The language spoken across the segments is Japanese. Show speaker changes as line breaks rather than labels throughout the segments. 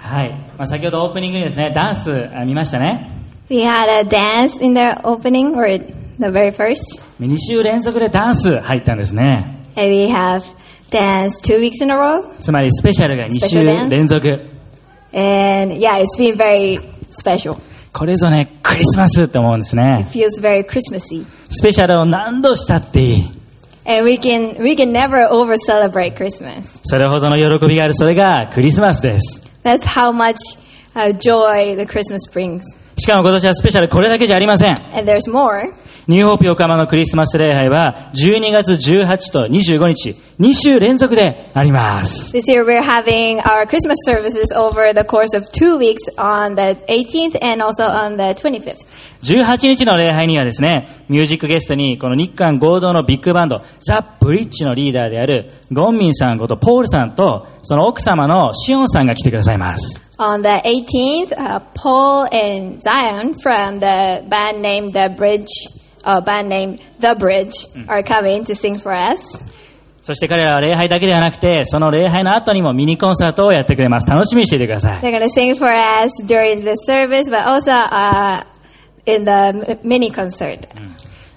はい。まあ、先ほどオープニングにですね、ダンスあ見ましたね。
We had a dance in the opening or the very first.
2週連続でダンス入ったんですね。
And we have danced two weeks in a row.
つまりスペシャルが2週連続。
And yeah, it's been very special.
これぞね、クリスマスって思うんですね
It。feels very Christmassy.
スペシャルを何度したっていい。
And we can we can never over celebrate Christmas.
それほどの喜びがある、それがクリスマスです。
That's how much uh, joy the Christmas brings.
しかも今年はスペシャルこれだけじゃありません。
And there's more.
ニューホープ横浜のクリスマス礼拝は12月18と25日、2週連続であります。
This year we're having our Christmas services over the course of two weeks on the 18th and also on the 25th.
18日の礼拝にはですね、ミュージックゲストにこの日韓合同のビッグバンド、ザ・ブリッジのリーダーであるゴンミンさんことポールさんと、その奥様のシオンさんが来てくださいます。
On the 18th, uh, Paul and Zion from the band named The Bridge, uh, band named The Bridge, are coming to sing for us.
そして彼らは礼拝だけではなくて、その礼拝の後にもミニコンサートをやってくれます。楽しみにしていてください。
They're going to sing for us during the service, but also uh, in the m- mini concert.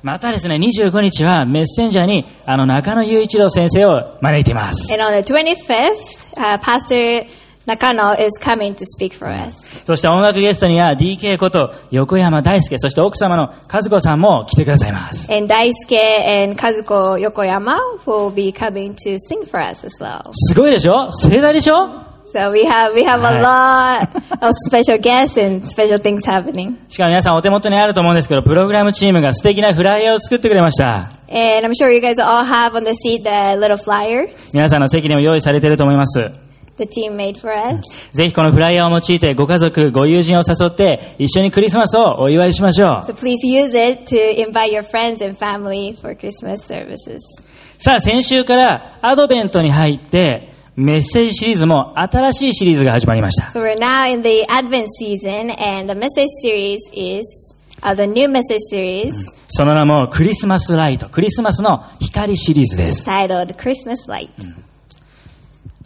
またですね、25日はメッセンジャーにあの中野雄一郎先生を招いています。
And on the 25th, uh, Pastor Nakano is coming to speak for us.
そして音楽ゲストには DK こと横山大輔、そして奥様の和子さんも来てくださいます。
And Daisuke and Kazuko Yokoyama will be coming to sing for us as well.
すごいでしょ盛大でしょ
So we have we have a
Hi.
lot of special guests and special things happening.
しかも皆さんお手元にあると思うんですけど、プログラムチームが素敵なフライヤーを作ってくれました。
And I'm sure you guys all have on the seat the little flyer
皆さんの席にも用意されていると思います。
the team made for us.
ぜひこのフライヤーを用いてご家族、ご友人を誘って一緒にクリスマスをお祝いしましょう。
So please use it to invite your friends and family for Christmas services.
さあ先週からアドベントに入ってメッセージシリーズも新しいシリーズが始まりました。
So we're now in the Advent season and the message series is uh, the new message series
その名もクリスマスライト、クリスマスの光シリーズです。
titled Christmas Light.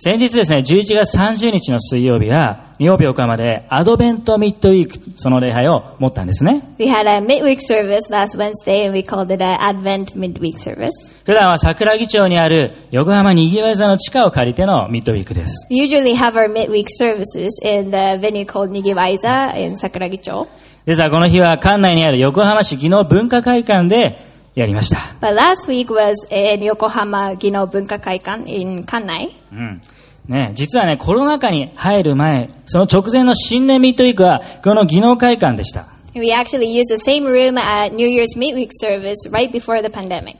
先日ですね、11月30日の水曜日は、日曜日岡山でアドベントミッドウィーク、その礼拝を持ったんですね。
We had a midweek service last Wednesday and we called it an Advent midweek service.
普段は桜木町にある横浜にぎわい座の地下を借りてのミッドウィークです。
We usually have our midweek services in the venue called Nigibaiza in Sakuragicho.
ですがこの日は館内にある横浜市技能文化会館でやりました。
But last week was in Yokohama Gino Bunka Kaikan in Kanai.
うん。ね、実はね、コロナ禍に入る前、その直前の新年ミッドウィークは、この技能会館でした。
We actually used the same room at New Year's midweek service right before the pandemic.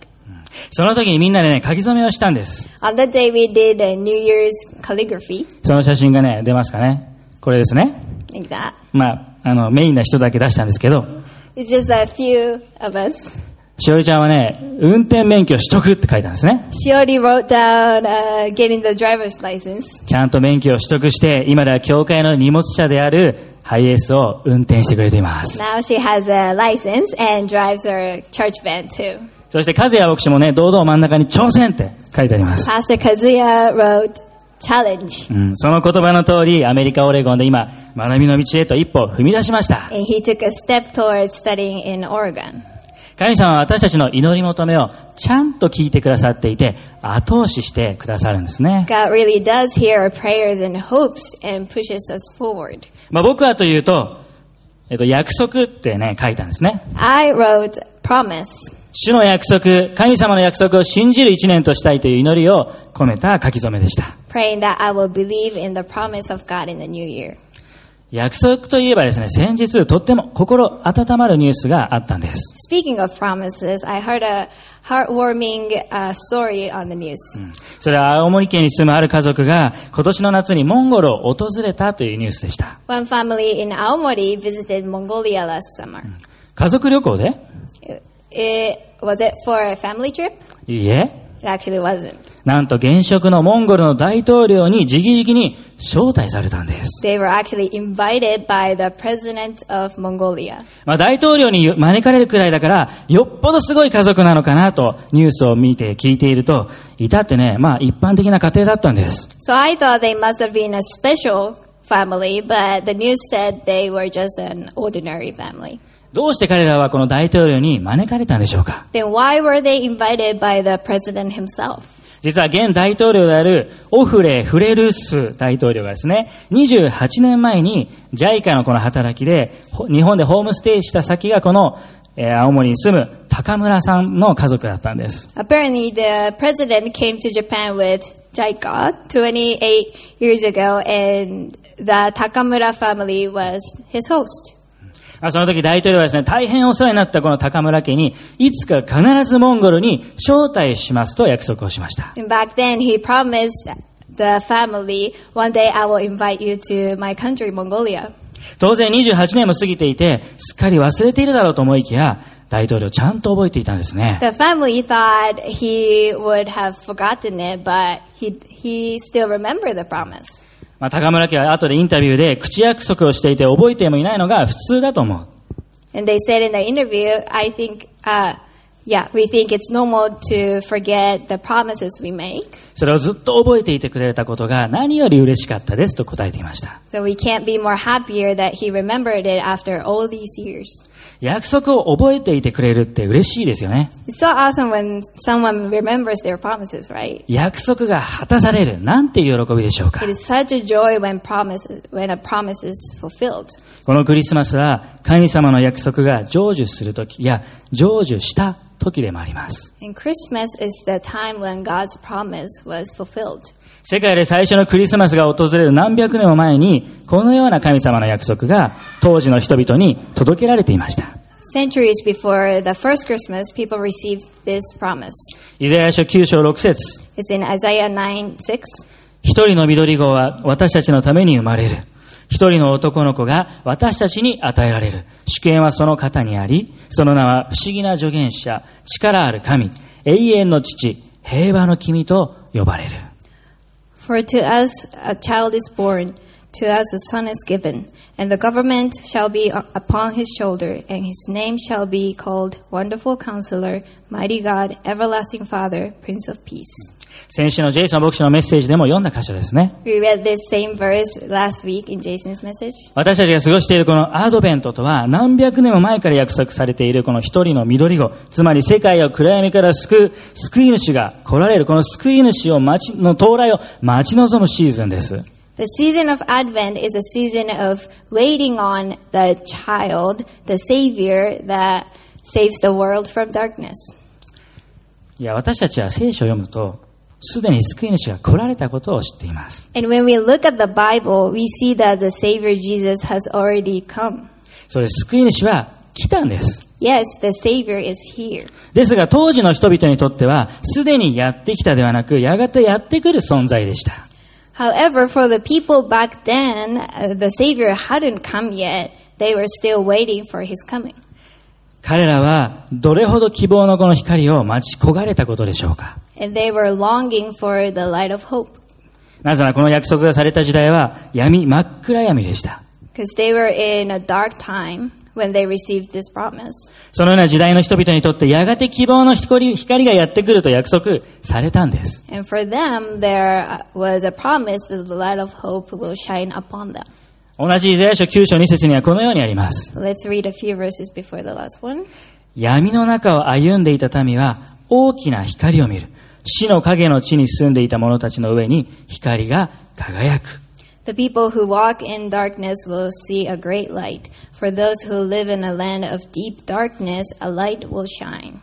その時にみんなでね、書き初めをしたんです。
On that day, we did a New Year's calligraphy
その写真がね、出ますかね。これですね。
like that.
まあ、あの、メインな人だけ出したんですけど、
It's just a few of us.
しおりちゃんはね、運転免許取得って書いたんですね。
She already wrote down uh, getting the driver's license.
ちゃんと免許を取得して、今では教会の荷物車であるハイエースを運転してくれています。
Now she has a license and drives her church van too.
そして、和也牧師もね、堂々真ん中に挑戦って書いてあります。
Pastor Kazuya wrote challenge
うん、その言葉の通り、アメリカ・オレゴンで今、学びの道へと一歩踏み出しました。
and he took a step towards studying in Oregon.
神様は私たちの祈り求めをちゃんと聞いてくださっていて、後押ししてくださるんですね。
God really does hear our prayers and hopes and pushes us forward.
まあ、僕はというと、えっと、約束ってね、書いたんですね。
I wrote promise.
主の約束、神様の約束を信じる一年としたいという祈りを込めた書き初めでした。
praying that I will believe in the promise of God in the new year.
約束といえばですね、先日とっても心温まるニュースがあったんです。
Speaking of promises, I heard a heartwarming uh, story on the news.
それは青森県に住むある家族が今年の夏にモンゴルを訪れたというニュースでした。
One family in Aomori visited Mongolia last summer.
家族旅行で
It, it- was it for a family trip?
いいえ。
It actually wasn't.
なんと現職のモンゴルの大統領に直々に招待されたんです。
They were actually invited by the president of Mongolia.
まあ、大統領に招かれるくらいだから、よっぽどすごい家族なのかなとニュースを見て聞いていると、至ってね、まあ一般的な家庭だったんです。
So I thought they must have been a special family, but the news said they were just an ordinary family.
どうして彼らはこの大統領に招かれたんでしょうか
Then why were they invited by the president himself?
実は現大統領であるオフレ・フレルス大統領がですね、28年前に JICA のこの働きで、ほ日本でホームステイした先がこの、えー青森に住む高村さんの家族だったんです。
Apparently, the president came to Japan with JICA 28 years ago, and the Takamura family was his host.
まあその時大統領はですね、大変お世話になったこの高村家に、いつか必ずモンゴルに招待しますと約束をしました。
And back then, he promised the family, one day I will invite you to my country, Mongolia.
当然28年も過ぎていて、すっかり忘れているだろうと思いきや、大統領ちゃんと覚えていたんですね。
The family thought he would have forgotten it, but he, he still remembered the promise.
まあ、高村家は後でインタビューで口約束をしていて覚えてもいないのが普通だと思う。
And they said in the interview, I think, uh, yeah, we think it's normal to forget the promises we make.
それをずっと覚えていてくれたことが何より嬉しかったですと答えていました。
So we can't be more happier that he remembered it after all these years.
約束を覚えていてくれるって嬉しいですよね。
It's so awesome when someone remembers their promises, right?
約束が果たされるなんていう喜びでしょうか
It。is such a joy when promises when a promise is fulfilled.
このクリスマスは神様の約束が成就するときや成就したときでもあります。
And Christmas is the time when God's promise was fulfilled.
世界で最初のクリスマスが訪れる何百年も前にこのような神様の約束が当時の人々に届けられていました。
Centuries before the first Christmas, people received this promise.
イザヤ書9章6節
It's in Isaiah 9 6.
一人の緑子は私たちのために生まれる。一人の男の子が私たちに与えられる。主権はその方にあり、その名は不思議な助言者、力ある神、永遠の父、平和の君と呼ばれる。
For to us a child is born, to us a son is given, and the government shall be upon his shoulder, and his name shall be called Wonderful Counselor, Mighty God, Everlasting Father, Prince of Peace.
先週のジェイソン牧師のメッセージでも読んだ箇所ですね。
We read this same verse last week in Jason's message.
私たちが過ごしているこのアドベントとは何百年も前から約束されているこの一人の緑子、つまり世界を暗闇から救う救い主が来られるこの救い主を待ちの到来を待ち望むシーズンです。
The season of Advent is a season of waiting on the child, the Savior that saves the world from darkness.
いや、私たちは聖書を読むと、すでに救い主が来られたことを知っています。
And when we look at the Bible, we see that the Savior Jesus has already come.
それ、救い主は来たんです。
Yes, the Savior is here.
ですが、当時の人々にとっては、すでにやってきたではなく、やがてやってくる存在でした。
However, for the people back then, uh, the Savior hadn't come yet. They were still waiting for his coming.
彼らは、どれほど希望のこの光を待ち焦がれたことでしょうか。
And they were longing for the light of hope.
なぜなら、この約束がされた時代は、闇、真っ暗闇でした。
Because they were in a dark time when they received this promise.
そのような時代の人々にとって、やがて希望の光光がやってくると約束されたんです。
And for them, there uh, was a promise that the light of hope will shine upon them.
同じイザヤ書9章2節にはこのようにあります。
Let's read a few verses before the last one.
闇の中を歩んでいた民は大きな光を見る。死の影の地に住んでいた者たちの上に光が輝く。
The people who walk in darkness will see a great light. For those who live in a land of deep darkness, a light will shine.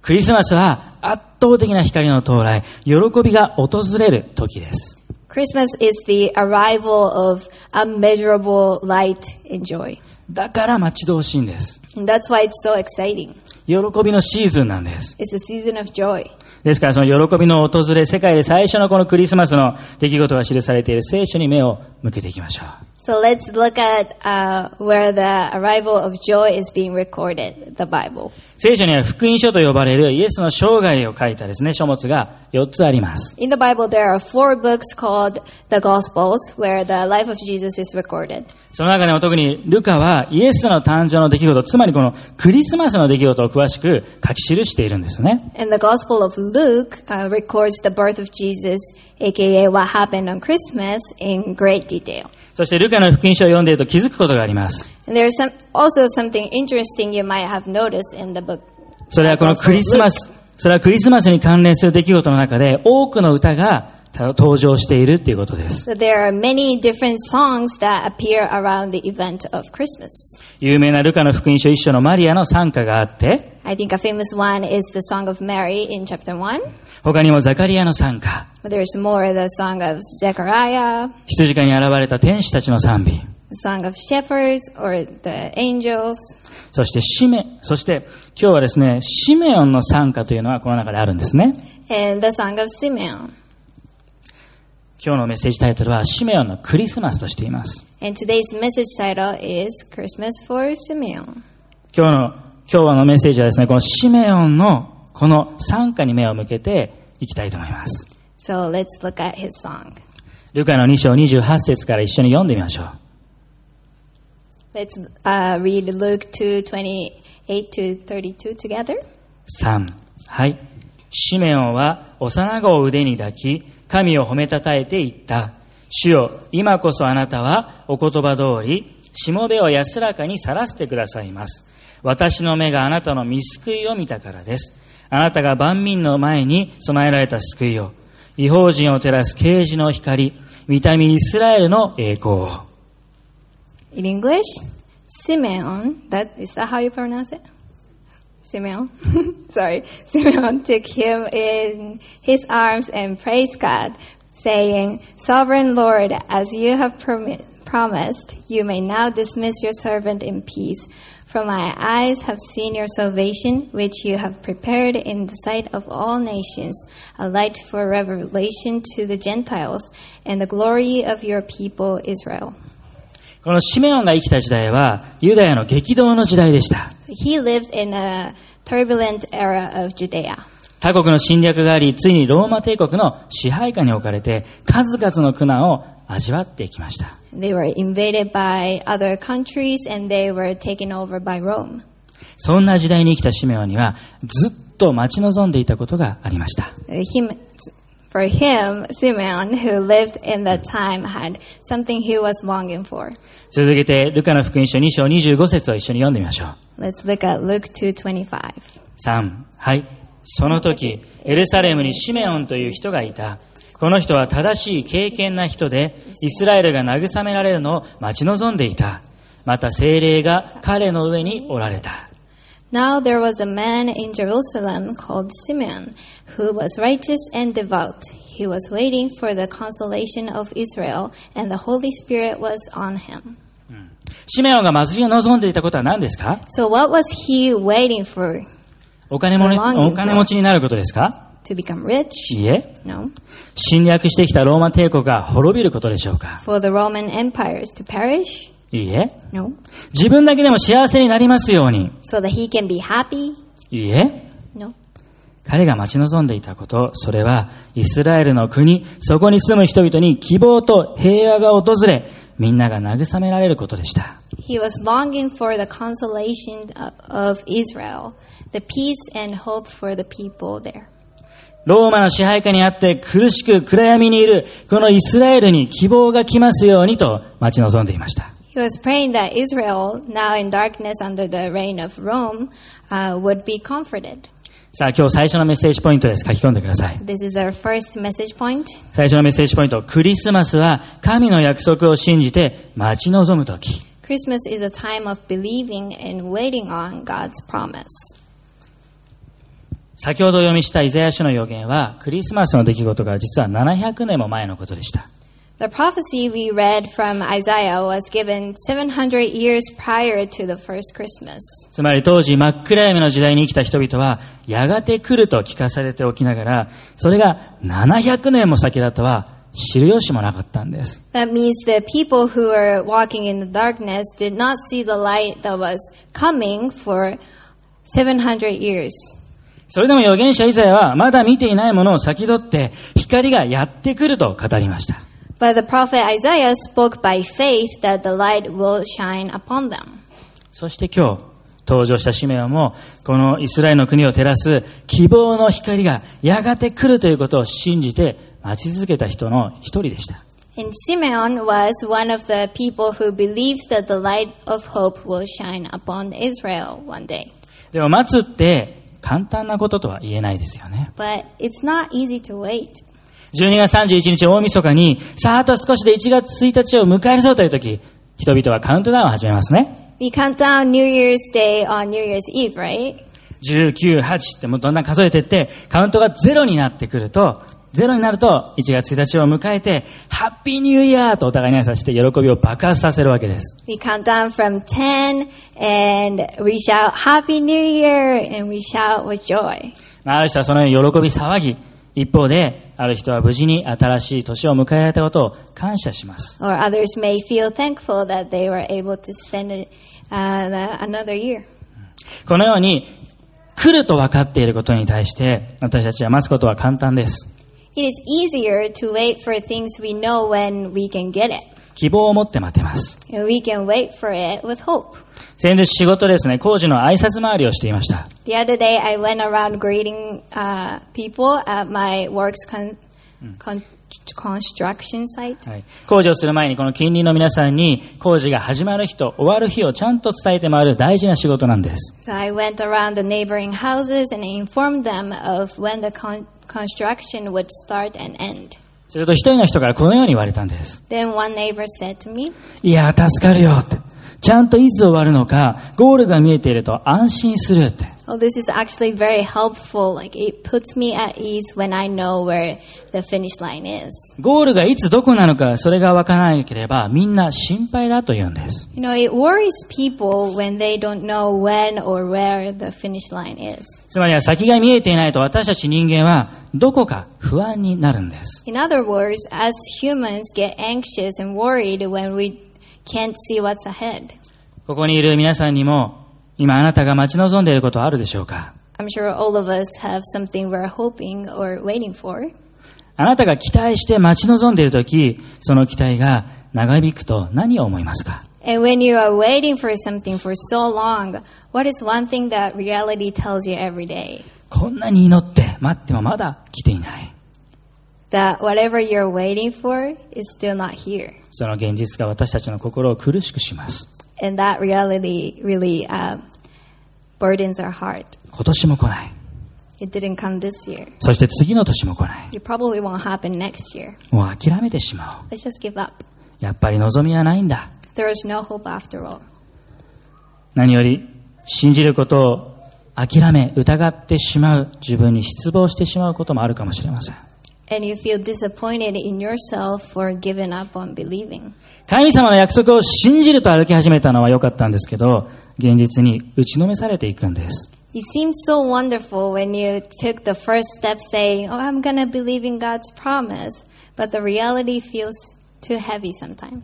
クリスマスは圧倒的な光の到来、喜びが訪れる時です。
Christmas is the arrival of unmeasurable light and joy.
だから待ち遠しいんです。
And that's why it's so exciting.
喜びのシーズンなんです。
It's the season of joy.
ですからその喜びの訪れ、世界で最初のこのクリスマスの出来事が記されている聖書に目を向けていきましょう。
So let's look at uh, where the arrival of joy is being recorded, the Bible.
聖書には福音書と呼ばれるイエスの生涯を書いたですね、書物が4つあります。
In the Bible, there are four books called the Gospels where the life of Jesus is recorded.
その中でも特にルカはイエスの誕生の出来事、つまりこのクリスマスの出来事を詳しく書き記しているんですね。
And the Gospel of Luke uh, records the birth of Jesus, aka what happened on Christmas, in great detail.
そしてルカの福音書を読んでいると気づくことがあります。
And there's some, also something interesting you might have noticed in the book.
それはこのクリスマス、それはクリスマスに関連する出来事の中で多くの歌が登場しているということです。
So there are many different songs that appear around the event of Christmas.
有名なルカの福音書一章のマリアの賛歌があって、
I think a famous one is the Song of Mary in chapter 1.
他にもザカリアの賛歌、
There's more the Song of Zechariah,
羊飼いに現れた天使たちの賛美、
the Song of Shepherds, or the angels.
そしてシメ、そして今日はですね、シメオンの賛歌というのはこの中であるんですね。
and the Song of Simeon.
今日のメッセージタイトルはシメオンのクリスマスとしています。
And today's message title is Christmas for Simeon.
今日の、今日のメッセージはですね、このシメオンのこの賛歌に目を向けていきたいと思います。
So let's look at his song.
ルカの2章28節から一緒に読んでみましょう。
Let's uh, read Luke 2 28 to 32 together.
3はいシメオンは幼子を腕に抱き神を褒めたたえて言った主よ今こそあなたはお言葉通りしもべを安らかにさらしてくださいます私の目があなたの見救いを見たからですあなたが万民の前に備えられた救いを違法人を照らす啓示の光見た目イスラエルの栄光を
In English, Simeon, that is that how you pronounce it? Simeon. Sorry. Simeon took him in his arms and praised God, saying, Sovereign Lord, as you have promi- promised, you may now dismiss your servant in peace. For my eyes have seen your salvation, which you have prepared in the sight of all nations, a light for revelation to the Gentiles, and the glory of your people Israel.
このシメオンが生きた時代はユダヤの激動の時代でした
He lived in a turbulent era of Judea.
他国の侵略があり、ついにローマ帝国の支配下に置かれて、数々の苦難を味わってきました。
They were invaded by other countries and they were taken over by Rome.
そんな時代に生きたシメオンには、ずっと待ち望んでいたことがありました。
Uh, Him, for him, Simeon, who lived in that time, had something he was longing for.
続けて、ルカの福音書2章25節を一緒に読んでみましょう。
Let's look at Luke 2:25.
3、はい。その時、エルサレムにシメオンという人がいた。この人は正しい敬虔な人で、イスラエルが慰められるのを待ち望んでいた。また精霊が彼の上におられた。
Now there was a man in Jerusalem called Simeon, who was righteous and devout. He was waiting for the consolation of Israel, and the Holy Spirit was on him.
シメオンが祭りを望んでいたことは何ですか
So what was he waiting for?
お金もね
Belonging
お金持ちになることですか
To become rich?
いいえ。
No.
侵略してきたローマ帝国が滅びることでしょうか
For the Roman empires to perish?
いいえ。
No.
自分だけでも幸せになりますように。
So that he can be happy?
いいえ。
No.
彼が待ち望んでいたこと、それは、イスラエルの国、そこに住む人々に希望と平和が訪れ、みんなが慰められることでした。
He was longing for the consolation of of Israel, the peace and hope for the people there.
ローマの支配下にあって苦しく暗闇にいる、このイスラエルに希望が来ますようにと待ち望んでいました。
He was praying that Israel, now in darkness under the reign of Rome, uh, would be comforted.
さあ今日最初のメッセージポイントです。書き込んでください。
This is our first message point.
最初のメッセージポイント。クリスマスは神の約束を信じて待ち望むとき。
Christmas is a time of believing and waiting on God's promise.
先ほどお読みしたイザヤ書の予言は、クリスマスの出来事が実は700年も前のことでした。
The prophecy we read from Isaiah was given 700 years prior to the first Christmas.
つまり当時真っ暗闇の時代に生きた人々は、やがて来ると聞かされておきながら、それが700年も先だとは知る由もなかったんです。
That means the people who were walking in the darkness did not see the light that was coming for 700 years.
それでも預言者イザヤは、まだ見ていないものを先取って、光がやってくると語りました。
But the prophet Isaiah spoke by faith that the light will shine upon them.
そして今日、登場したシメオンも、このイスラエルの国を照らす希望の光がやがて来るということを信じて待ち続けた人の一人でした。
And Simeon was one of the people who believes that the light of hope will shine upon Israel one day.
でも待つって簡単なこととは言えないですよね。
But it's not easy to wait.
12月31日大晦日に、さああと少しで1月1日を迎えるぞという時、人々はカウントダウンを始めますね。
We count down New Year's Day on New Year's Eve, right?
19、8ってもうどんどん数えてって、カウントがゼロになってくると、ゼロになると1月1日を迎えて、ハッピーニューイヤーとお互いに挨拶して喜びを爆発させるわけです。
We count down from 10 and we shout Happy New Year and we shout with joy.
まあある人はそのように喜び騒ぎ、一方で、ある人は無事に新しい年を迎えられたことを感謝します。
Or others may feel thankful that they were able to spend it, uh, another year.
このように、来ると分かっていることに対して、私たちは待つことは簡単です。
It is easier to wait for things we know when we can get it.
希望を持って待てます。
And we can wait for it with hope.
先日仕事ですね、工事の挨拶回りをしていました。
The other day, I went around greeting uh, people at my work's con- con- construction site.
はい、工事をする前にこの近隣の皆さんに工事が始まる日と終わる日をちゃんと伝えて回る大事な仕事なんです。
So I went around the neighboring houses and informed them of when the con- construction would start and end.
すると一人の人からこのように言われたんです。
Then one neighbor said to me,
いや、助かるよって。ちゃんといつ終わるのか、ゴールが見えていると安心するって。
Oh, this is actually very helpful. Like, it puts me at ease when I know where the finish line is.
ゴールがいつどこなのか、それがわからなければ、みんな心配だと言うんです。
You know, it worries people when they don't know when or where the finish line is.
つまりは先が見えていないと私たち人間は、どこか不安になるんです。
In other words, as humans get anxious and worried when we can't see what's ahead.
ここにいる皆さんにも、今あなたが待ち望んでいることはあるでしょうか
I'm sure all of us have something we're hoping or waiting for.
あなたが期待して待ち望んでいるとき、その期待が長引くと何を思いますか
And when you are waiting for something for so long, what is one thing that reality tells you every day?
こんなに祈って待ってもまだ来ていない。
That whatever you're waiting for is still not here.
その現実が私たちの心を苦しくします。
And that reality really uh, burdens our heart.
今年も来ない。
It didn't come this year.
そして次の年も来ない。
It probably won't happen next year.
もう諦めてしまおう。
Let's just give up.
やっぱり望みはないんだ。
There is no hope after all.
何より、信じることを諦め、疑ってしまう、自分に失望してしまうこともあるかもしれません。
And you feel disappointed in yourself for giving up on believing.
神様の約束を信じると歩き始めたのは良かったんですけど、現実に打ちのめされていくんです。
It seemed so wonderful when you took the first step saying, Oh, I'm going to believe in God's promise. But the reality feels too heavy sometimes.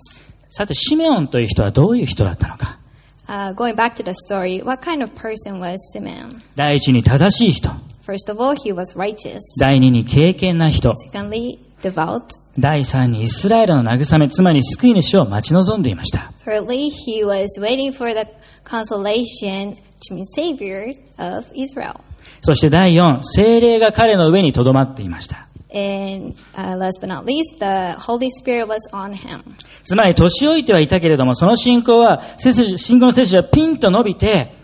さて、シメオンという人はどういう人だったのか。
Uh, going back to the story, what kind of person was Simeon?
第一に正しい人。
First of all, he was righteous.
第二に敬虔な人。
Secondly, devout.
第三にイスラエルの慰め、つまり救い主を待ち望んでいました。
Thirdly, he was waiting for the consolation, which means Savior of Israel.
そして第四、精霊が彼の上に留まっていました。
And uh, last but not least, the Holy Spirit was on him.
つまり、年老いてはいたけれども、その信仰は、背筋信仰の背筋はピンと伸びて、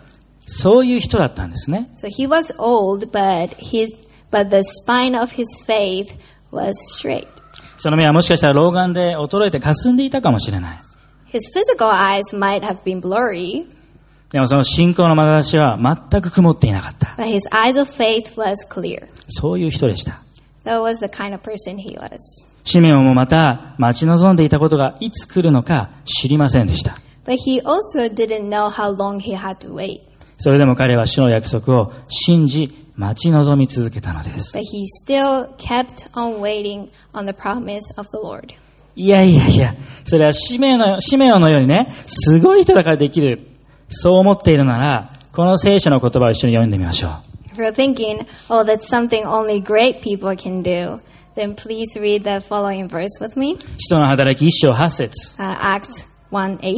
そういう人だったんですね。
So he was old, but his but the spine of his faith was straight.
その目はもしかしたら老眼で衰えて霞んでいたかもしれない。
His physical eyes might have been blurry,
でもその信仰の眼差しは全く曇っていなかった。
but his eyes of faith was clear.
そういう人でした。
That was the kind of person he was.
シメオンもまた待ち望んでいたことがいつ来るのか知りませんでした。
But he also didn't know how long he had to wait.
それでも彼は主の約束を信じ待ち望み続けたのです。
But he still kept on waiting on the promise of the Lord.
いやいやいや、それはシメのシメオンのようにね、すごい人だからできる。そう思っているなら、この聖書の言葉を一緒に読んでみましょう。
If you're thinking, oh, that's something only great people can do, then please read the following verse with me
人の働き一章八節。
uh, Acts 1 8.
イ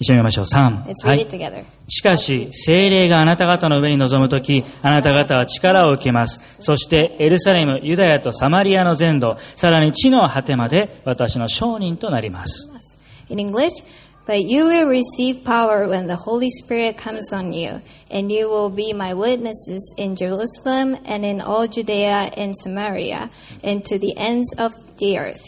一緒に読みましょう。
Let's
3。は
read
い
it。together.
しかし、精霊があなた方の上に臨むとき、あなた方は力を受けます。そして、エルサレム、ユダヤとサマリアの全土、さらに地の果てまで私の商人となります。
In English, but you will receive power when the Holy Spirit comes on you, and you will be my witnesses in Jerusalem and in all Judea and Samaria and to the ends of the earth.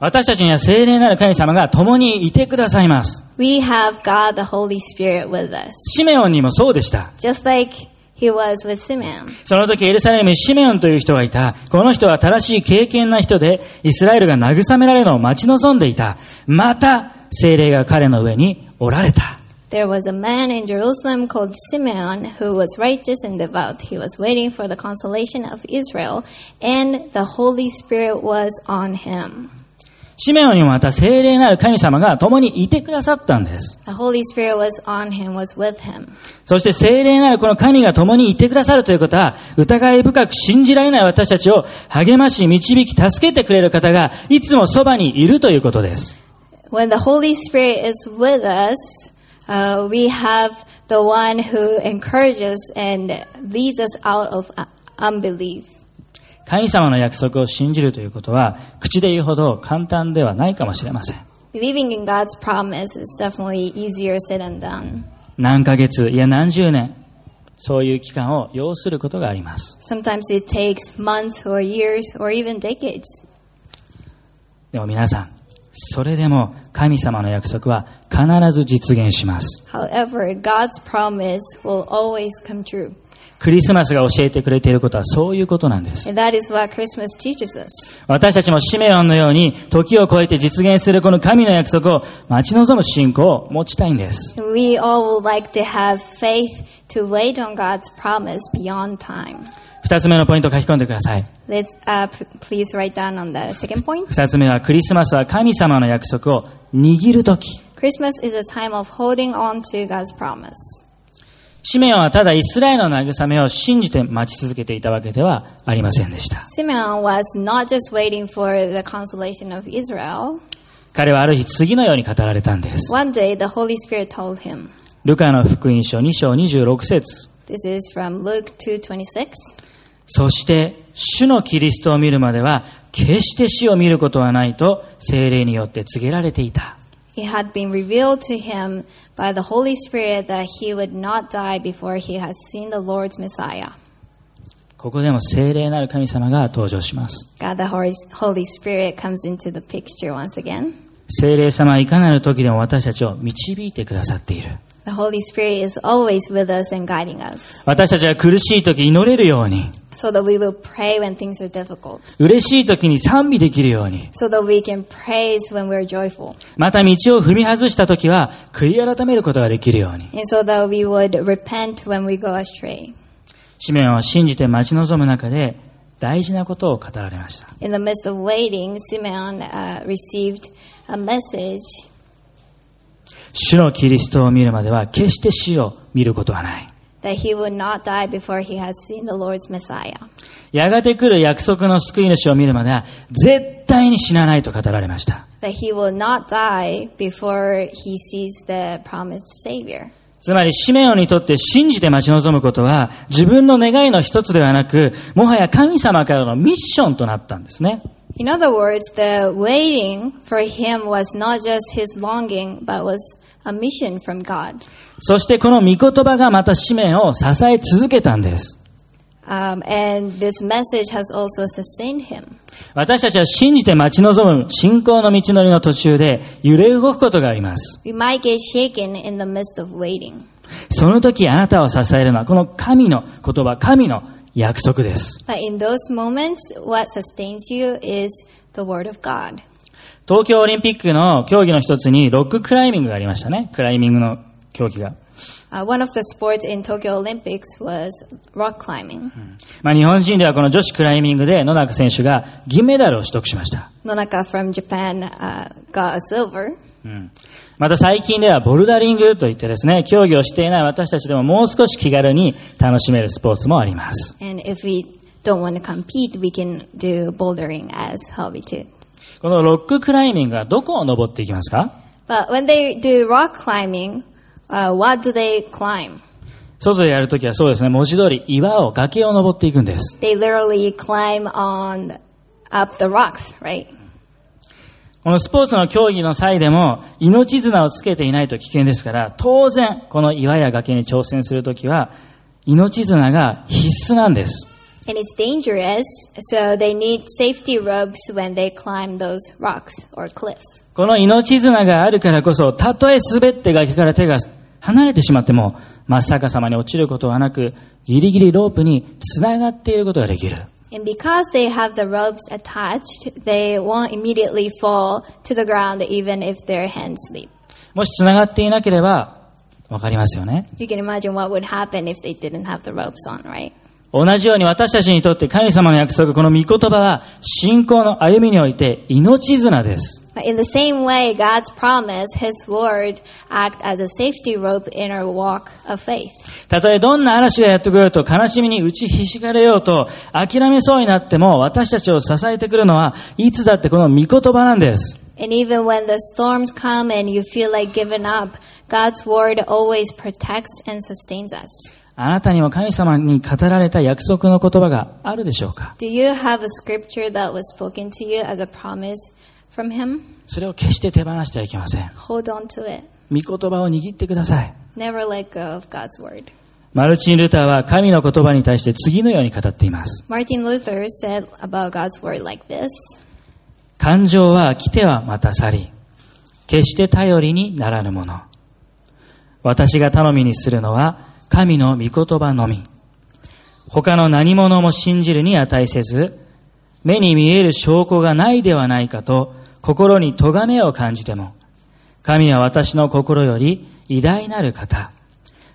私たちには精霊なる神様が共にいてくださいます。
We have God the Holy Spirit with us,
シメオンにもそうでした。
just like he was with Simeon.
その時エルサレムにシメオンという人がいた。この人は正しい経験な人で、イスラエルが慰められるのを待ち望んでいた。また、精霊が彼の上におられた。
There was a man in Jerusalem called Simeon who was righteous and devout. He was waiting for the consolation of Israel, and the Holy Spirit was on him.
シメオンにもまた精霊なる神様が共にいてくださったんです。
The Holy Spirit was on him, was with him.
そして精霊なるこの神が共にいてくださるということは、疑い深く信じられない私たちを励まし、導き、助けてくれる方がいつもそばにいるということです。
When the Holy Spirit is with us, uh, we have the one who encourages and leads us out of uh, unbelief.
神様の約束を信じるということは、口で言うほど簡単ではないかもしれません。
Believing in God's promise is definitely easier said than done.
何ヶ月、いや何十年、そういう期間を要することがあります。
Sometimes it takes months or years or even decades.
でも皆さん、それでも神様の約束は必ず実現します。
However, God's promise will always come true.
クリスマスが教えてくれていることはそういうことなんです。
And that is what Christmas teaches us.
私たちもシメオンのように時を超えて実現するこの神の約束を待ち望む信仰を持ちたいんです。
And we all would like to have faith to wait on God's promise beyond time.
二つ目のポイントを書き込んでください。
Let's uh, p- please write down on the second point.
二つ目はクリスマスは神様の約束を握るとき。
Christmas is a time of holding on to God's promise.
シメオンはただイスラエルの慰めを信じて待ち続けていたわけではありませんでした。
Simeon was not just waiting for the consolation of Israel.
彼はある日次のように語られたんです。
One day, the Holy Spirit told him.
ルカの福音書2章26節
This is from Luke 2:26.
そして、主のキリストを見るまでは、決して死を見ることはないと、精霊によって告げられていた。
It had been revealed to him by the Holy Spirit that he would not die before he had seen the Lord's Messiah.
ここでも精霊なる神様が登場します。
God, the Hor- Holy Spirit comes into the picture once again.
精霊様はいかなる時でも私たちを導いてくださっている。
The Holy Spirit is always with us and guiding us
私たちが苦しい時祈れるように、
so that we will pray when things are difficult,
嬉しい時に賛美できるように、
so that we can praise when we're joyful,
また道を踏み外した時は悔い改めることができるように。
and so that we would repent when we go astray.
使命を信じて待ち望む中で大事なことを語られました。
In the midst of waiting, Simeon uh, received a message
主のキリストを見るまでは決して死を見ることはない。
that he would not die before he had seen the Lord's Messiah.
やがて来る約束の救い主を見るまでは絶対に死なないと語られました。
that he will not die before he sees the promised Savior.
つまり、シメオンにとって信じて待ち望むことは、自分の願いの一つではなく、もはや神様からのミッションとなったんですね。
In other words, the waiting for him was not just his longing, but was a mission from God.
そしてこの御言葉がまた使命を支え続けたんです。
Um, and this message has also sustained him.
私たちは信じて待ち望む信仰の道のりの途中で揺れ動くことがあります。
We might get shaken in the midst of waiting.
その時あなたを支えるのはこの神の言葉、神の約束です。
But in those moments, what sustains you is the Word of God.
東京オリンピックの競技の一つにロッククライミングがありましたね。クライミングの競技が。
Uh, one of the sports in Tokyo Olympics was rock climbing.
まあ、日本人ではこの女子クライミングで野中選手が銀メダルを取得しました。
Nonaka from Japan uh, got a silver.
うんまた最近ではボルダリングといってですね、競技をしていない私たちでももう少し気軽に楽しめるスポーツもあります。
And if we don't want to compete, we can do bouldering as hobby too.
このロッククライミングはどこを登っていきますか
Uh, But when they do rock climbing, uh, what do they climb?
外でやるときはそうですね、文字通り岩を、崖を登っていくんです。
They literally climb on up the rocks, right?
このスポーツの競技の際でも、命綱をつけていないと危険ですから、当然、この岩や崖に挑戦するときは、命綱が必須なんです。
And it's dangerous, so they need safety ropes when they climb those rocks or cliffs.
この命綱があるからこそ、たとえ滑って崖から手が離れてしまっても、真っ逆さまに落ちることはなく、ギリギリロープに繋がっていることができる。
And because they have the ropes attached, they won't immediately fall to the ground even if their hands slip.
もし繋がっていなければ、わかりますよね。
You can imagine what would happen if they didn't have the ropes on, right?
同じように私たちにとって神様の約束、この御言葉は信仰の歩みにおいて命綱です。
But in the same way, God's promise, His word, act as a safety rope in our walk of faith.
たとえどんな嵐がやってくると悲しみに打ちひしがれようと諦めそうになっても私たちを支えてくるのはいつだってこの御言葉なんです。
And even when the storms come and you feel like giving up, God's word always protects and sustains us.
あなたには神様に語られた約束の言葉があるでしょうか
Do you have a scripture that was spoken to you as a promise from Him?
それを決して手放してはいけません。
Hold on to it.
御言葉を握ってください。
Never let go of God's word.
マルチン・ルターは神の言葉に対して次のように語っています。
Martin Luther said about God's word like this
感情は来てはまた去り、決して頼りにならぬもの。私が頼みにするのは神の御言葉のみ。他の何者も信じるに値せず、目に見える証拠がないではないかと心に咎めを感じても、神は私の心より偉大なる方。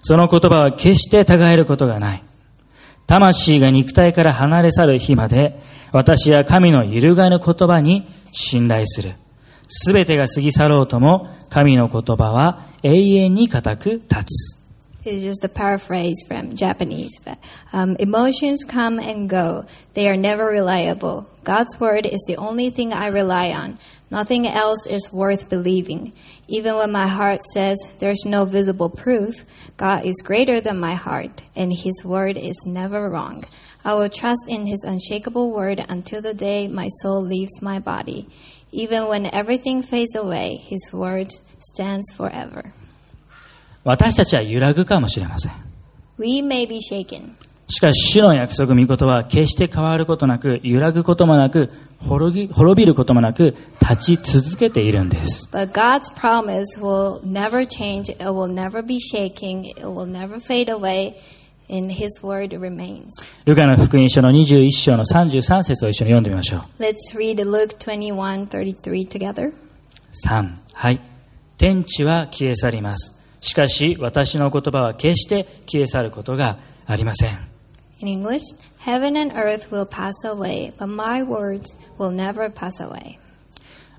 その言葉は決して違えることがない。魂が肉体から離れ去る日まで、私は神の揺るがぬ言葉に信頼する。すべてが過ぎ去ろうとも、神の言葉は永遠に固く立つ。
It's just a paraphrase from Japanese, but um, emotions come and go. They are never reliable. God's word is the only thing I rely on. Nothing else is worth believing. Even when my heart says there's no visible proof, God is greater than my heart, and His word is never wrong. I will trust in His unshakable word until the day my soul leaves my body. Even when everything fades away, His word stands forever.
私たちは揺らぐかもしれません。
We may be shaken.
しかし、主の約束、御言葉は決して変わることなく、揺らぐこともなく、滅び滅びることもなく、立ち続けているんです。
But God's promise will never change. It will never be shaking. It will never fade away. And His word remains.
ルカの福音書の21章の33節を一緒に読んでみましょう。
Let's read Luke 21 33 together.
3はい天地は消え去りますしかし私の言葉は決して消え去ることがありません
In English, heaven and earth will pass away, but my words will never pass away.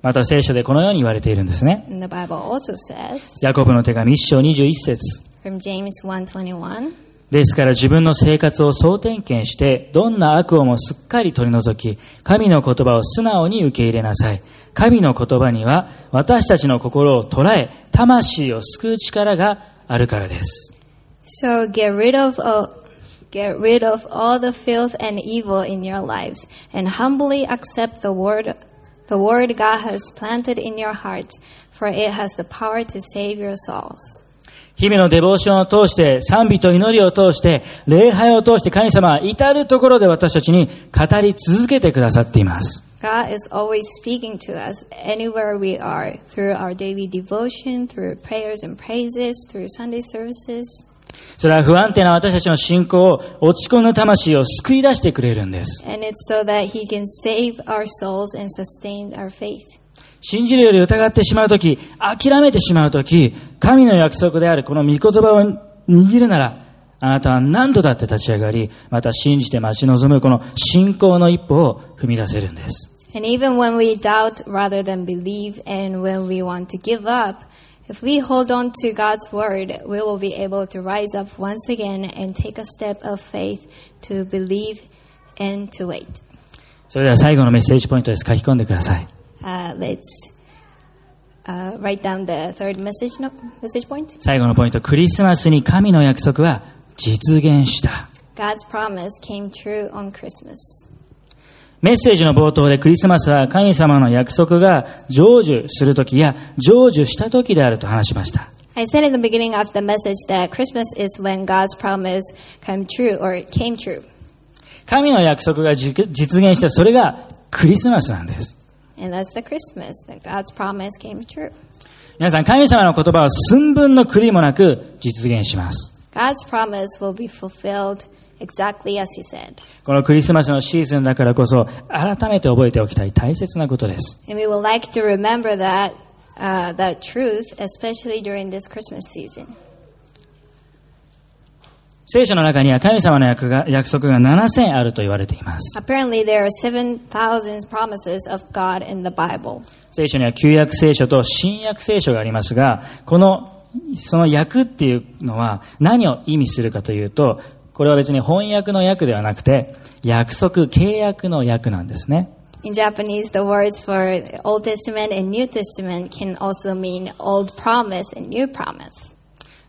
また聖書でこのように言われているんですね
And the Bible also says
ヤコブの手紙1章21節
from James 1 21,
ですから自分の生活を総点検してどんな悪をもすっかり取り除き神の言葉を素直に受け入れなさい神の言葉には私たちの心を捉え魂を救う力があるからです
So get rid of all, get rid of all the filth and evil in your lives, and humbly accept the word, the word God has planted in your hearts, for it has the power to save your souls.
日々のデボーションを通して、賛美と祈りを通して、礼拝を通して神様は至るところで私たちに語り続けてくださっています。
God is always speaking to us anywhere we are through our daily devotion, through prayers and praises, through Sunday services,
それは不安定な私たちの信仰を落ち込む魂を救い出してくれるんです。
and it's so that He can save our souls and sustain our faith.
信じるより疑ってしまうとき、諦めてしまうとき、神の約束であるこの御言葉を握るなら、あなたは何度だって立ち上がり、また信じて待ち望むこの信仰の一歩を踏み出せるんです。
And even when we doubt rather than believe, and when we want to give up, if we hold on to God's word, we will be able to rise up once again and take a step of faith to believe and to wait.
それでは最後のメッセージポイントです。書き込んでください。
Uh, let's uh, write down the third message, no, message point.
最後のポイント、クリスマスに神の約束は実現した。
God's promise came true on Christmas.
メッセージの冒頭でクリスマスは神様の約束が成就するときや成就したときであると話しました。
I said in the beginning of the message that Christmas is when God's promise come true or came true.
神の約束がじ実現した、それがクリスマスなんです。
And that's the Christmas, that God's promise came true.
皆さん、神様の言葉は寸分の狂いもなく実現します。
God's promise will be fulfilled exactly as He said.
このクリスマスのシーズンだからこそ、改めて覚えておきたい大切なことです。
And we would like to remember that, uh, that truth, especially during this Christmas season.
聖書の中には神様の約が約束が7000あると言われています。
Apparently, there are 7,000 promises of God in the Bible.
聖書には旧約聖書と新約聖書がありますが、この、その訳っていうのは何を意味するかというと、これは別に翻訳の訳ではなくて、約束、契約の訳なんですね。
In Japanese, the words for Old Testament and New Testament can also mean Old Promise and New Promise.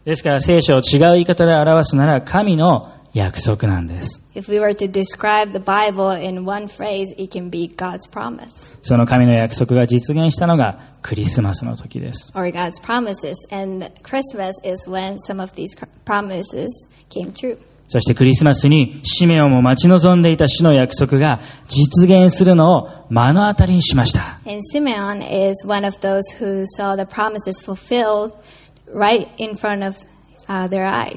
ですから聖書を違う言い方で表すなら神の約束なんです。
If we were to describe the Bible in one phrase, it can be God's promise
その神の約束が実現したのがクリスマスの時です。
or God's promises. And Christmas is when some of these cr- promises came true.
そしてクリスマスにシメオンも待ち望んでいた死の約束が実現するのを目の当たりにしました。
And Simeon is one of those who saw the promises fulfilled right in front of uh, their eyes.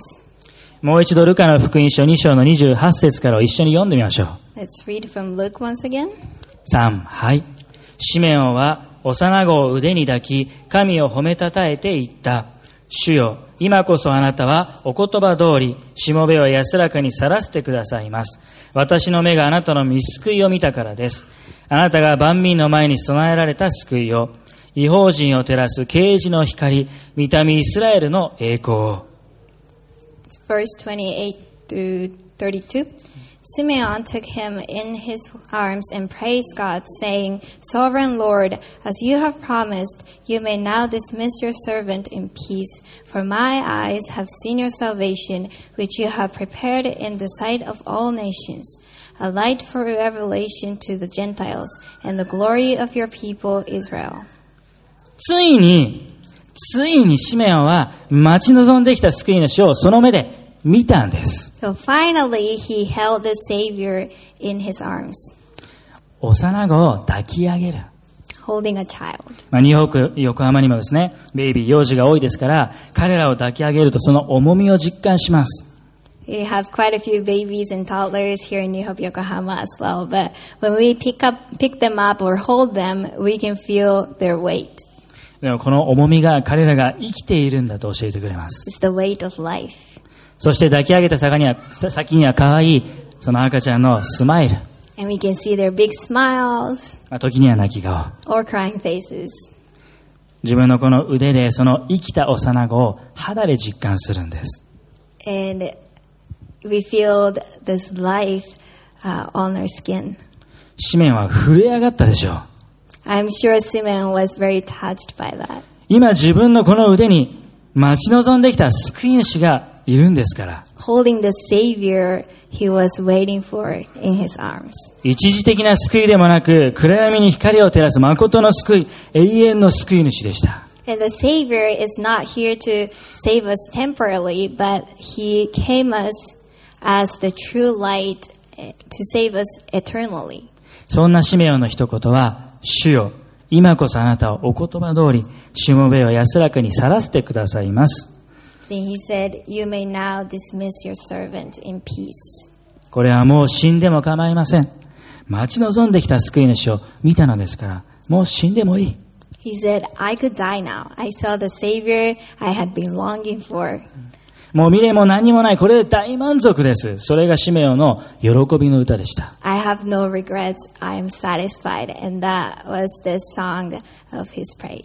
もう一度ルカの福音書2章の28節からを一緒に読んでみましょう。
Let's read from Luke once again.
3、はい。シメオンは幼子を腕に抱き、神を褒めたたえて言った。主よ、今こそあなたはお言葉通り、しもべを安らかに去らせてくださいます。私の目があなたの見救いを見たからです。あなたが万民の前に備えられた救いを、違法人を照らす啓示の光、見た目イスラエルの栄光を。
It's verse 28 through 32. Simeon took him in his arms and praised God, saying, Sovereign Lord, as you have promised, you may now dismiss your servant in peace, for my eyes have seen your salvation, which you have prepared in the sight of all nations, a light for revelation to the Gentiles, and the glory of your people Israel.
ついに、ついにシメオンは待ち望んできた救い主をその目で見たんです。
So finally, he held the Savior in his arms,
幼子を抱き上げる。
holding a child.
まあ、ニューヨーク、横浜にもですね、ベイビー、幼児が多いですから、彼らを抱き上げるとその重みを実感します。
We have quite a few babies and toddlers here in New Hope, Yokohama as well. But when we pick up, pick them up or hold them, we can feel their weight.
でもこの重みが彼らが生きているんだと教えてくれます。
It's the weight of life.
そして抱き上げた先には、先には可愛い、その赤ちゃんのスマイル。
And we can see their big smiles
まあ、時には泣き顔。
or crying faces.
自分のこの腕でその生きた幼子を肌で実感するんです。
And we feel th- this life uh, on our skin.
紙面は震え上がったでしょう。
I'm sure Simon was very touched by that.
今自分のこの腕に待ち望んできた救い主がいるんですから。
Holding the Savior he was waiting for in his arms.
一時的な救いでもなく、暗闇に光を照らす誠の救い、永遠の救い主でした。
And the Savior is not here to save us temporarily, but He came us as the true light eh, to save us eternally.
そんなシメオンの一言は、主よ、今こそあなたをお言葉通り、しもべを安らかに去らせてくださいます。
Then He said, You may now dismiss your servant in peace.
これはもう死んでも構いません。待ち望んできた救い主を見たのですから、もう死んでもいい。
He said, I could die now. I saw the Savior I had been longing for.
もう未練も何もない、これで大満足です。それがシメオンの喜びの歌でした。
I have no regrets. I am satisfied. And that was the song of His praise.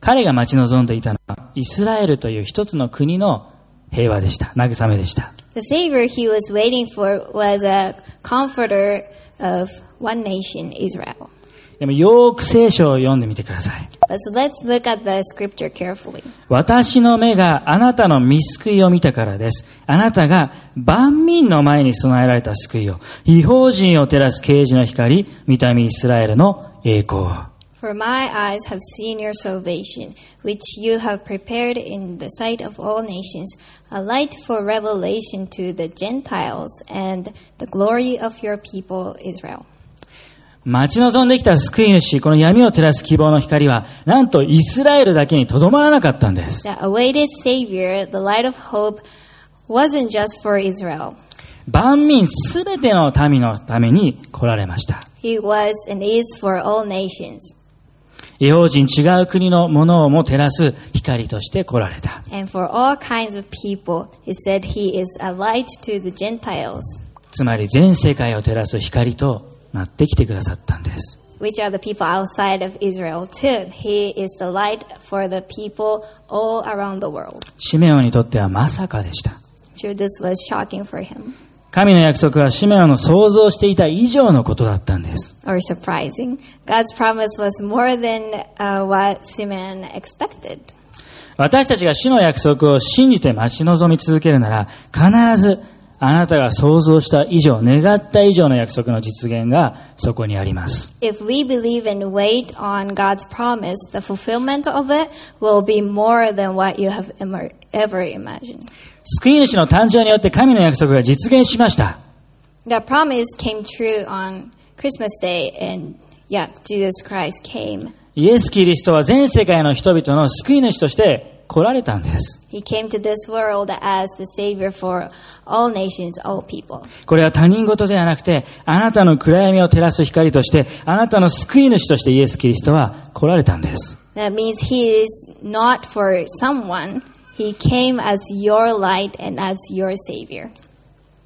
彼が待ち望んでいたのは、イスラエルという一つの国の平和でした。慰めでした。
The Savior he was waiting for was a comforter of one nation, Israel.
でもよーく聖書を読んでみてください。
But so let's look at the scripture carefully.
私の目があなたの見救いを見たからです。あなたが万民の前に備えられた救いを、違法人を照らす啓示の光、見た目イスラエルの栄光を。
For my eyes have seen your salvation, which you have prepared in the sight of all nations, a light for revelation to the Gentiles and the glory of your people Israel.
待ち望んできた救い主、この闇を照らす希望の光は、なんとイスラエルだけにとどまらなかったんです。
The awaited Savior, the light of hope, wasn't just for Israel.
万民すべての民のために来られました。
He was and is for all nations,
違法人違う国のものをも照らす光として来られた。
and for all kinds of people. He said he is a light to the Gentiles,
つまり全世界を照らす光となってきてくださったんです。
which are the people outside of Israel too. He is the light for the people all around the world.
シメオンにとってはまさかでした。
I'm sure this was shocking for him
神の約束はシメオンの想像していた以上のことだったんです。
or surprising. God's promise was more than uh, what Simon expected.
私たちが死の約束を信じて待ち望み続けるなら、必ずあなたが想像した以上、願った以上の約束の実現がそこにあります。
If we believe and wait on God's promise, the fulfillment of it will be more than what you have emer- ever imagined.
救い主の誕生によって神の約束が実現しました。
The promise came true on Christmas Day, and yeah, Jesus Christ came.
イエス・キリストは全世界の人々の救い主として来られたんです。
He came to this world as the Savior for all nations, all people.
これは他人事ではなくて、あなたの暗闇を照らす光として、あなたの救い主としてイエス・キリストは来られたんです。
That means He is not for someone, He came as your light and as your Savior.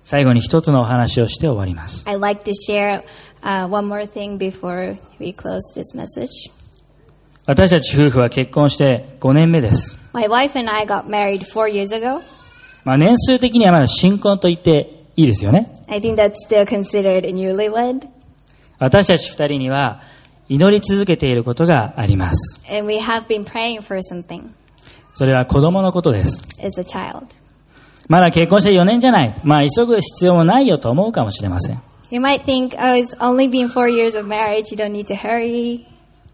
最後に一つのお話をして終わります。
I'd like to share uh, one more thing before we close this message.
私たち夫婦は結婚して5年目です。
My wife and I got married four years ago.
まあ年数的にはまだ新婚と言っていいですよね。
I think that's still considered a newlywed.
私たち二人には祈り続けていることがあります。
And we have been praying for something
それは子供のことです。
as a child.
まだ結婚して4年じゃない。まあ急ぐ必要もないよと思うかもしれません。
You might think, oh, it's only been four years of marriage, you don't need to hurry.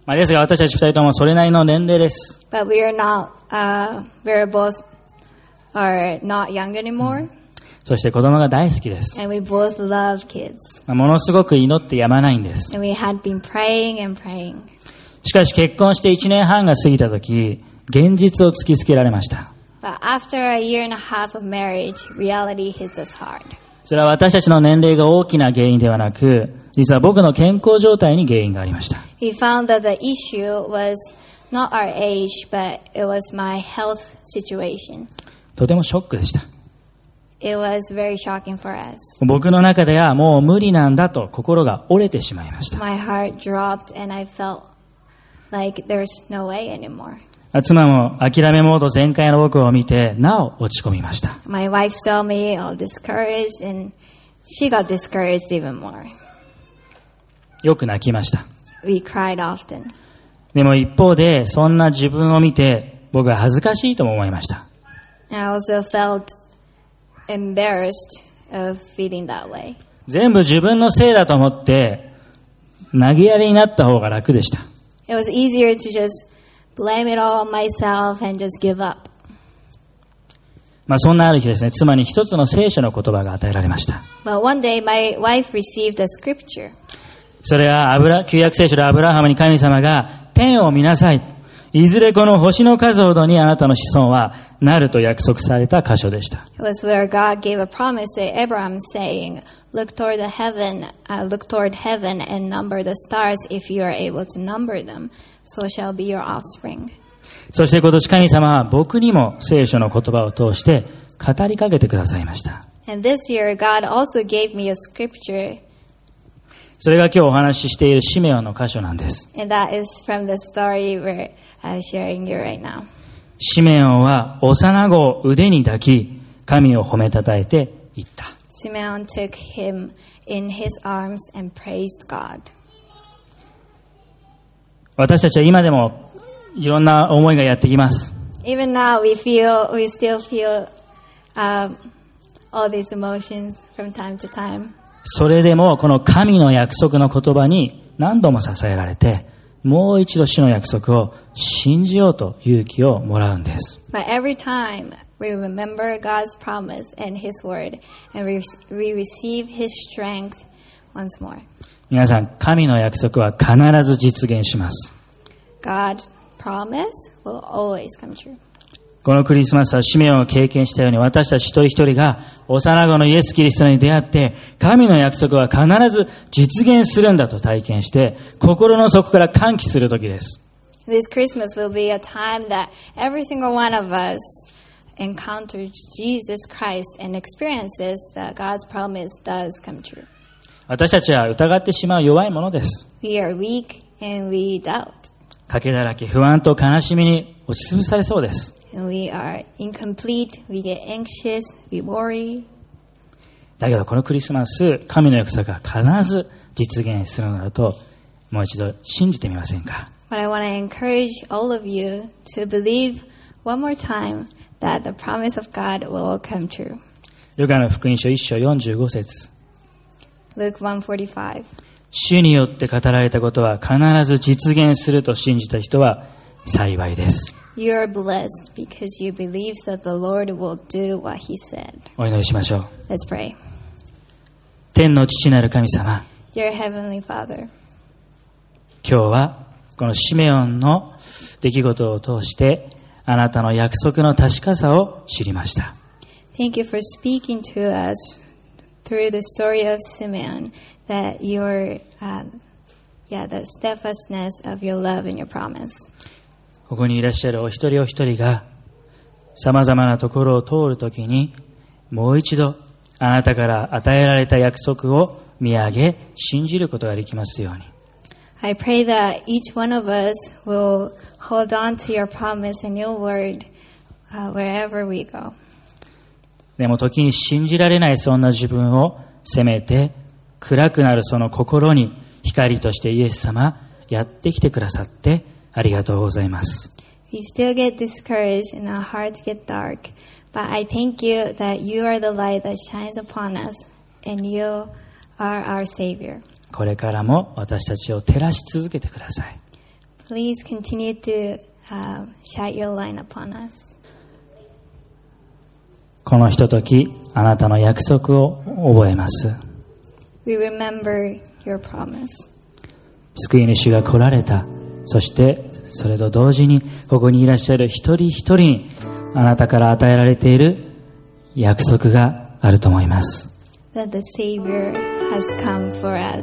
まあですが私たち二人ともそれなりの年齢です。
But we are not, uh, we're both are not young anymore.
そして子供が大好きです。
And we both love kids.
まあものすごく祈ってやまないんです。
And we had been praying and praying.
しかし結婚して1年半が過ぎた時、現実を突きつけられました。
But after a year and a half of marriage, reality hits us hard.
それは私たちの年齢が大きな原因ではなく、実は僕の健康状態に原因がありました。
He found that the issue was not our age, but it was my health situation.
とてもショックでした。
It was very shocking for us.
僕の中ではもう無理なんだと心が折れてしまいました。
My heart dropped, and I felt like there's no way anymore.
妻も諦めモード全開の僕を見て、なお落ち込みました。
My wife saw me all discouraged, and she got discouraged even more.
よく泣きました。
We cried often.
でも一方で、そんな自分を見て、僕は恥ずかしいとも思いました。
I also felt embarrassed of feeling that way.
全部自分のせいだと思って、投げやりになった方が楽でした。
It was easier to just blame it all on myself and just give up.
まあそんなある日ですね、妻に一つの聖書の言葉が与えられました。
But one day, my wife received a scripture.
それはアブラ、旧約聖書でアブラハムに神様が、天を見なさい。いずれこの星の数ほどにあなたの子孫はなると約束された箇所でした。
It was where God gave a promise to Abraham, saying, "Look toward the heaven, uh, look toward heaven, and number the stars, if you are able to number them. So shall be your offspring."
そして今年神様は僕にも聖書の言葉を通して語りかけてくださいました。
And this year, God also gave me a scripture,
それが今日お話ししているシメオンの箇所なんです。
and that is from the story we're uh, sharing you right now.
シメオンは幼子を腕に抱き、神を褒めたたえて言った。
Simeon took him in his arms and praised God.
私たちは今でもいろんな思いがやってきます。
Even now, we feel, we still feel um, all these emotions from time to time.
それでもこの神の約束の言葉に何度も支えられて、もう一度主の約束を信じようと勇気をもらうんです。
But every time we remember God's promise and His word, and we, we receive His strength once more.
皆さん、神の約束は必ず実現します。
God's promise will always come true.
このクリスマスは使命を経験したように私たち一人一人が幼子のイエス・キリストに出会って神の約束は必ず実現するんだと体験して心の底から歓喜する時です。
This Christmas will be a time that every single one of us encounters Jesus Christ and experiences that God's promise does come true.
私たちは疑ってしまう弱いものです。
We are weak and we doubt,
賭けだらけ、不安と悲しみに落ちつぶされそうです。
and we are incomplete, we get anxious, we worry.
だけどこのクリスマス、神の約束が必ず実現するのだともう一度信じてみませんか
But I want to encourage all of you to believe one more time that the promise of God will come true.
ルカの福音書1章45節
Luke 145.
主によって語られたことは必ず実現すると信じた人は幸いです。
You are blessed because you believe that the Lord will do what he said.
お祈りしましょう。
Let's pray.
天の父なる神様、
Dear Heavenly Father,
今日はこのシメオンの出来事を通してあなたの約束の確かさを知りました。
thank you for speaking to us through the story of Simeon, that your, um, yeah, the steadfastness of your love and your promise.
ここにいらっしゃるお一人お一人が様々なところを通るときにもう一度あなたから与えられた約束を見上げ信じることができますように。
I pray that each one of us will hold on to your promise and your word uh, wherever we go.
でも時に信じられないそんな自分を責めて暗くなるその心に光としてイエス様やってきてくださってありがとうございます。
We still get discouraged and our hearts get dark, but I thank you that you are the light that shines upon us and you are our Savior.
これからも私たちを照らし続けてください。
Please continue to um, shine your light upon us.
このひとときあなたの約束を覚えます。
We remember your promise.
救い主が来られた。そしてそれと同時にここにいらっしゃる一人一人にあなたから与えられている約束があると思います。
that the Savior has come for us.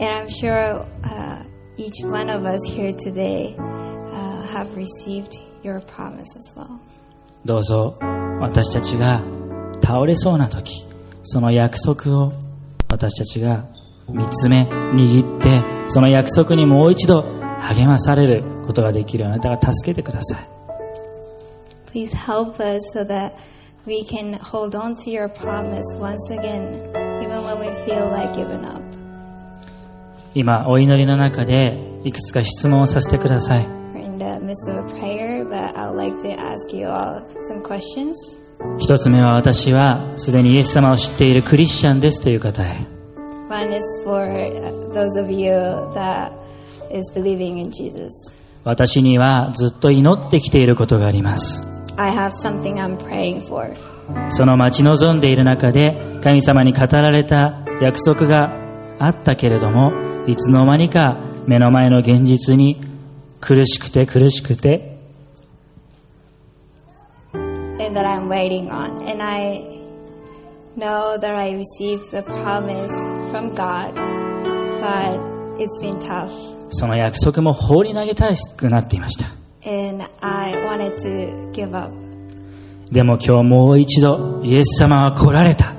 And I'm sure uh, each one of us here today uh, have received your promise as well.
どうぞ私たちが倒れそうな時その約束を私たちが見つめ握ってその約束にもう一度励まされることができるあなたが助けてください
Please help us so that we can hold on to your promise once again, even when we feel like giving up.
今お祈りの中でいくつか質問をさせてください
We're in the midst of a prayer, but I'd like to ask you all some questions.
一つ目は私はすでにイエス様を知っているクリスチャンですという方へ
One is for uh, those of you that is believing in Jesus.
私にはずっと祈ってきていることがあります
I have something I'm praying for.
その待ち望んでいる中で神様に語られた約束があったけれどもいつの間にか目の前の現実に苦しくて苦しくて
and that I'm waiting on. And I know that I received the promise from God, but it's been tough.
その約束も放り投げたくなっていました
And I wanted to give up.
でも今日もう一度イエス様は来られた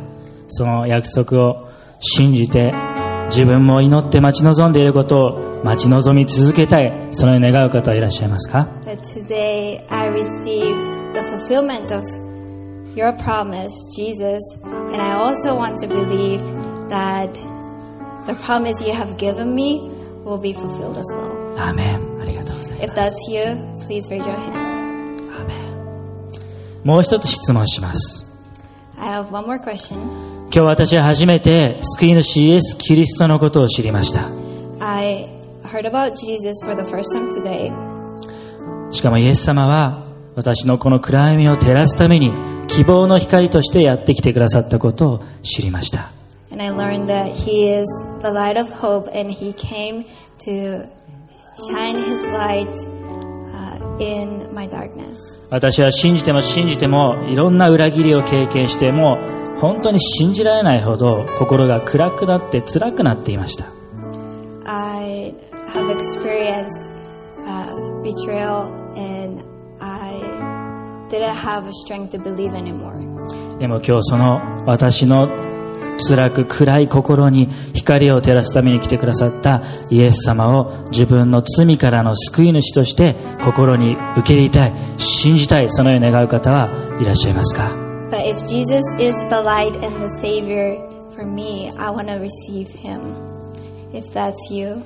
その約束を信じて自分も祈って待ち望んでいることを待ち望み続けたいそのように願う方はいらっしゃいますか
But today I receive the fulfillment of your promise, Jesus. And I also want to believe that the promise you have given me will be fulfilled as well.
アアーメン。ありがとうござい
If
ます。
that's you, please raise your hand.
アーメン。もう一つ質問します。
I have one more question.
今日私は初めて救い主イエス・キリストのことを知りました。
I heard about Jesus for the first time today,
しかもイエス様は私のこの暗闇を照らすために希望の光としてやってきてくださったことを知りました。
and I learned that He is the light of hope, and He came to shine His light uh, in my darkness.
私は信じても信じてもいろんな裏切りを経験してもう本当に信じられないほど心が暗くなって辛くなっていました。
I have experienced uh, betrayal, and I didn't have a strength to believe anymore.
でも今日その私の辛く暗い心に光を照らすために来てくださったイエス様を自分の罪からの救い主として心に受け入れたい、信じたい、そのように願う方はいらっしゃいますか
But if Jesus is the light and the Savior for me, I want to receive Him. If that's you,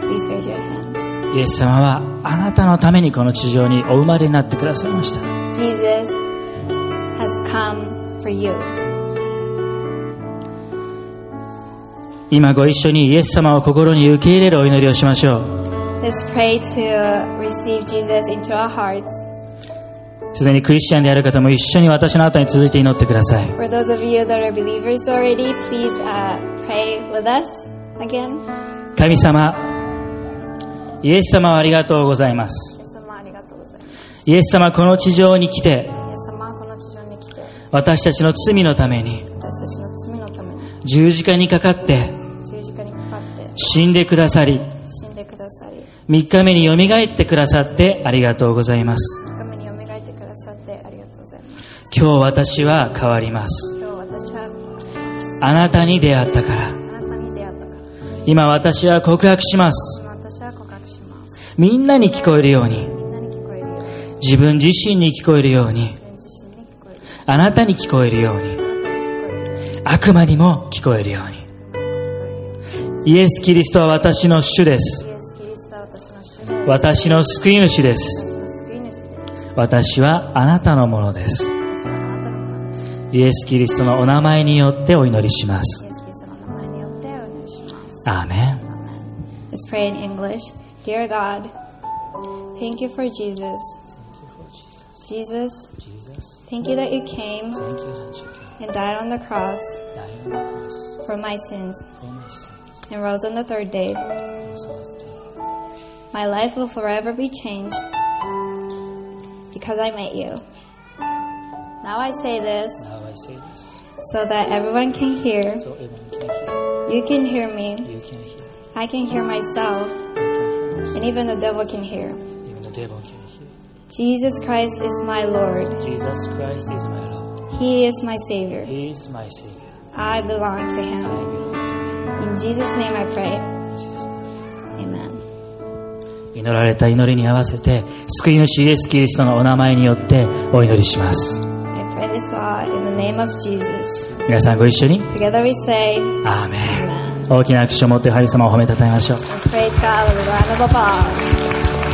please raise your hand.
イエス様はあなたのためにこの地上にお生まれになってくださいました。
Jesus has come for you.
今ご一緒にイエス様を心に受け入れるお祈りをしましょう。
Let's pray to receive Jesus into our hearts.
すでにクリスチャンである方も一緒に私の後に続いて祈ってください。
For those of you that are believers already, please uh, pray with us again.
神様、イエス様をありがとうございます。
イエス様ありがとうございます。
イエス様はこの地上に来て
イエス様はこの地上に来て、
私たちの罪のために
私たちの罪のために
十字架にかかって
十字架にかかって
死んでくださり
死んでくださり、
3日目によみがえってくださってありがとうございます
神に蘇ってくださってありがとうございます。
今日私は変わります
今日私はこ
あなたに出会ったから
のあなたに出会ったから、
今私は告白します
今私は告白します。
みんなに聞こえるように
みんなに聞こえるように、
自分自身に聞こえるように
自分自身に聞こえるよ
あなたに聞こえるように
うに、あなたに聞こえるように、
悪魔にも聞こえるように
聞こえるように。
イエス・キリストは私の主です
イエス・キリストは私の主です。
私の救い主です
私の救い主です。
私はあなたのものです
私はあなたのものです。
イエス・キリストのお名前によってお祈りしま
イ
す。
エス・キリストの名前によってお願いします。
アーメン。
Let's pray in English. Dear God, thank you for Jesus. Jesus, thank you that you came and died on the cross for my sins and rose on the third day. My life will forever be changed because I met you. Now I say this so that everyone can hear. You can hear me. I can hear myself. And even the devil can hear. Jesus Christ is my Lord.
Jesus Christ is my Lord.
He is my Savior.
He is my Savior.
I belong to Him. In Jesus' name I pray. Amen.
祈られた祈りに合わせて、救い主イエス・キリストのお名前によってお祈りします。
I pray this all in the name of Jesus.
皆さんご一緒に、
Together we say,
アーメ
Amen.
ン。大きな握手を持って、ハリ様を褒めたたえましょう。
Let's praise God with a round of applause.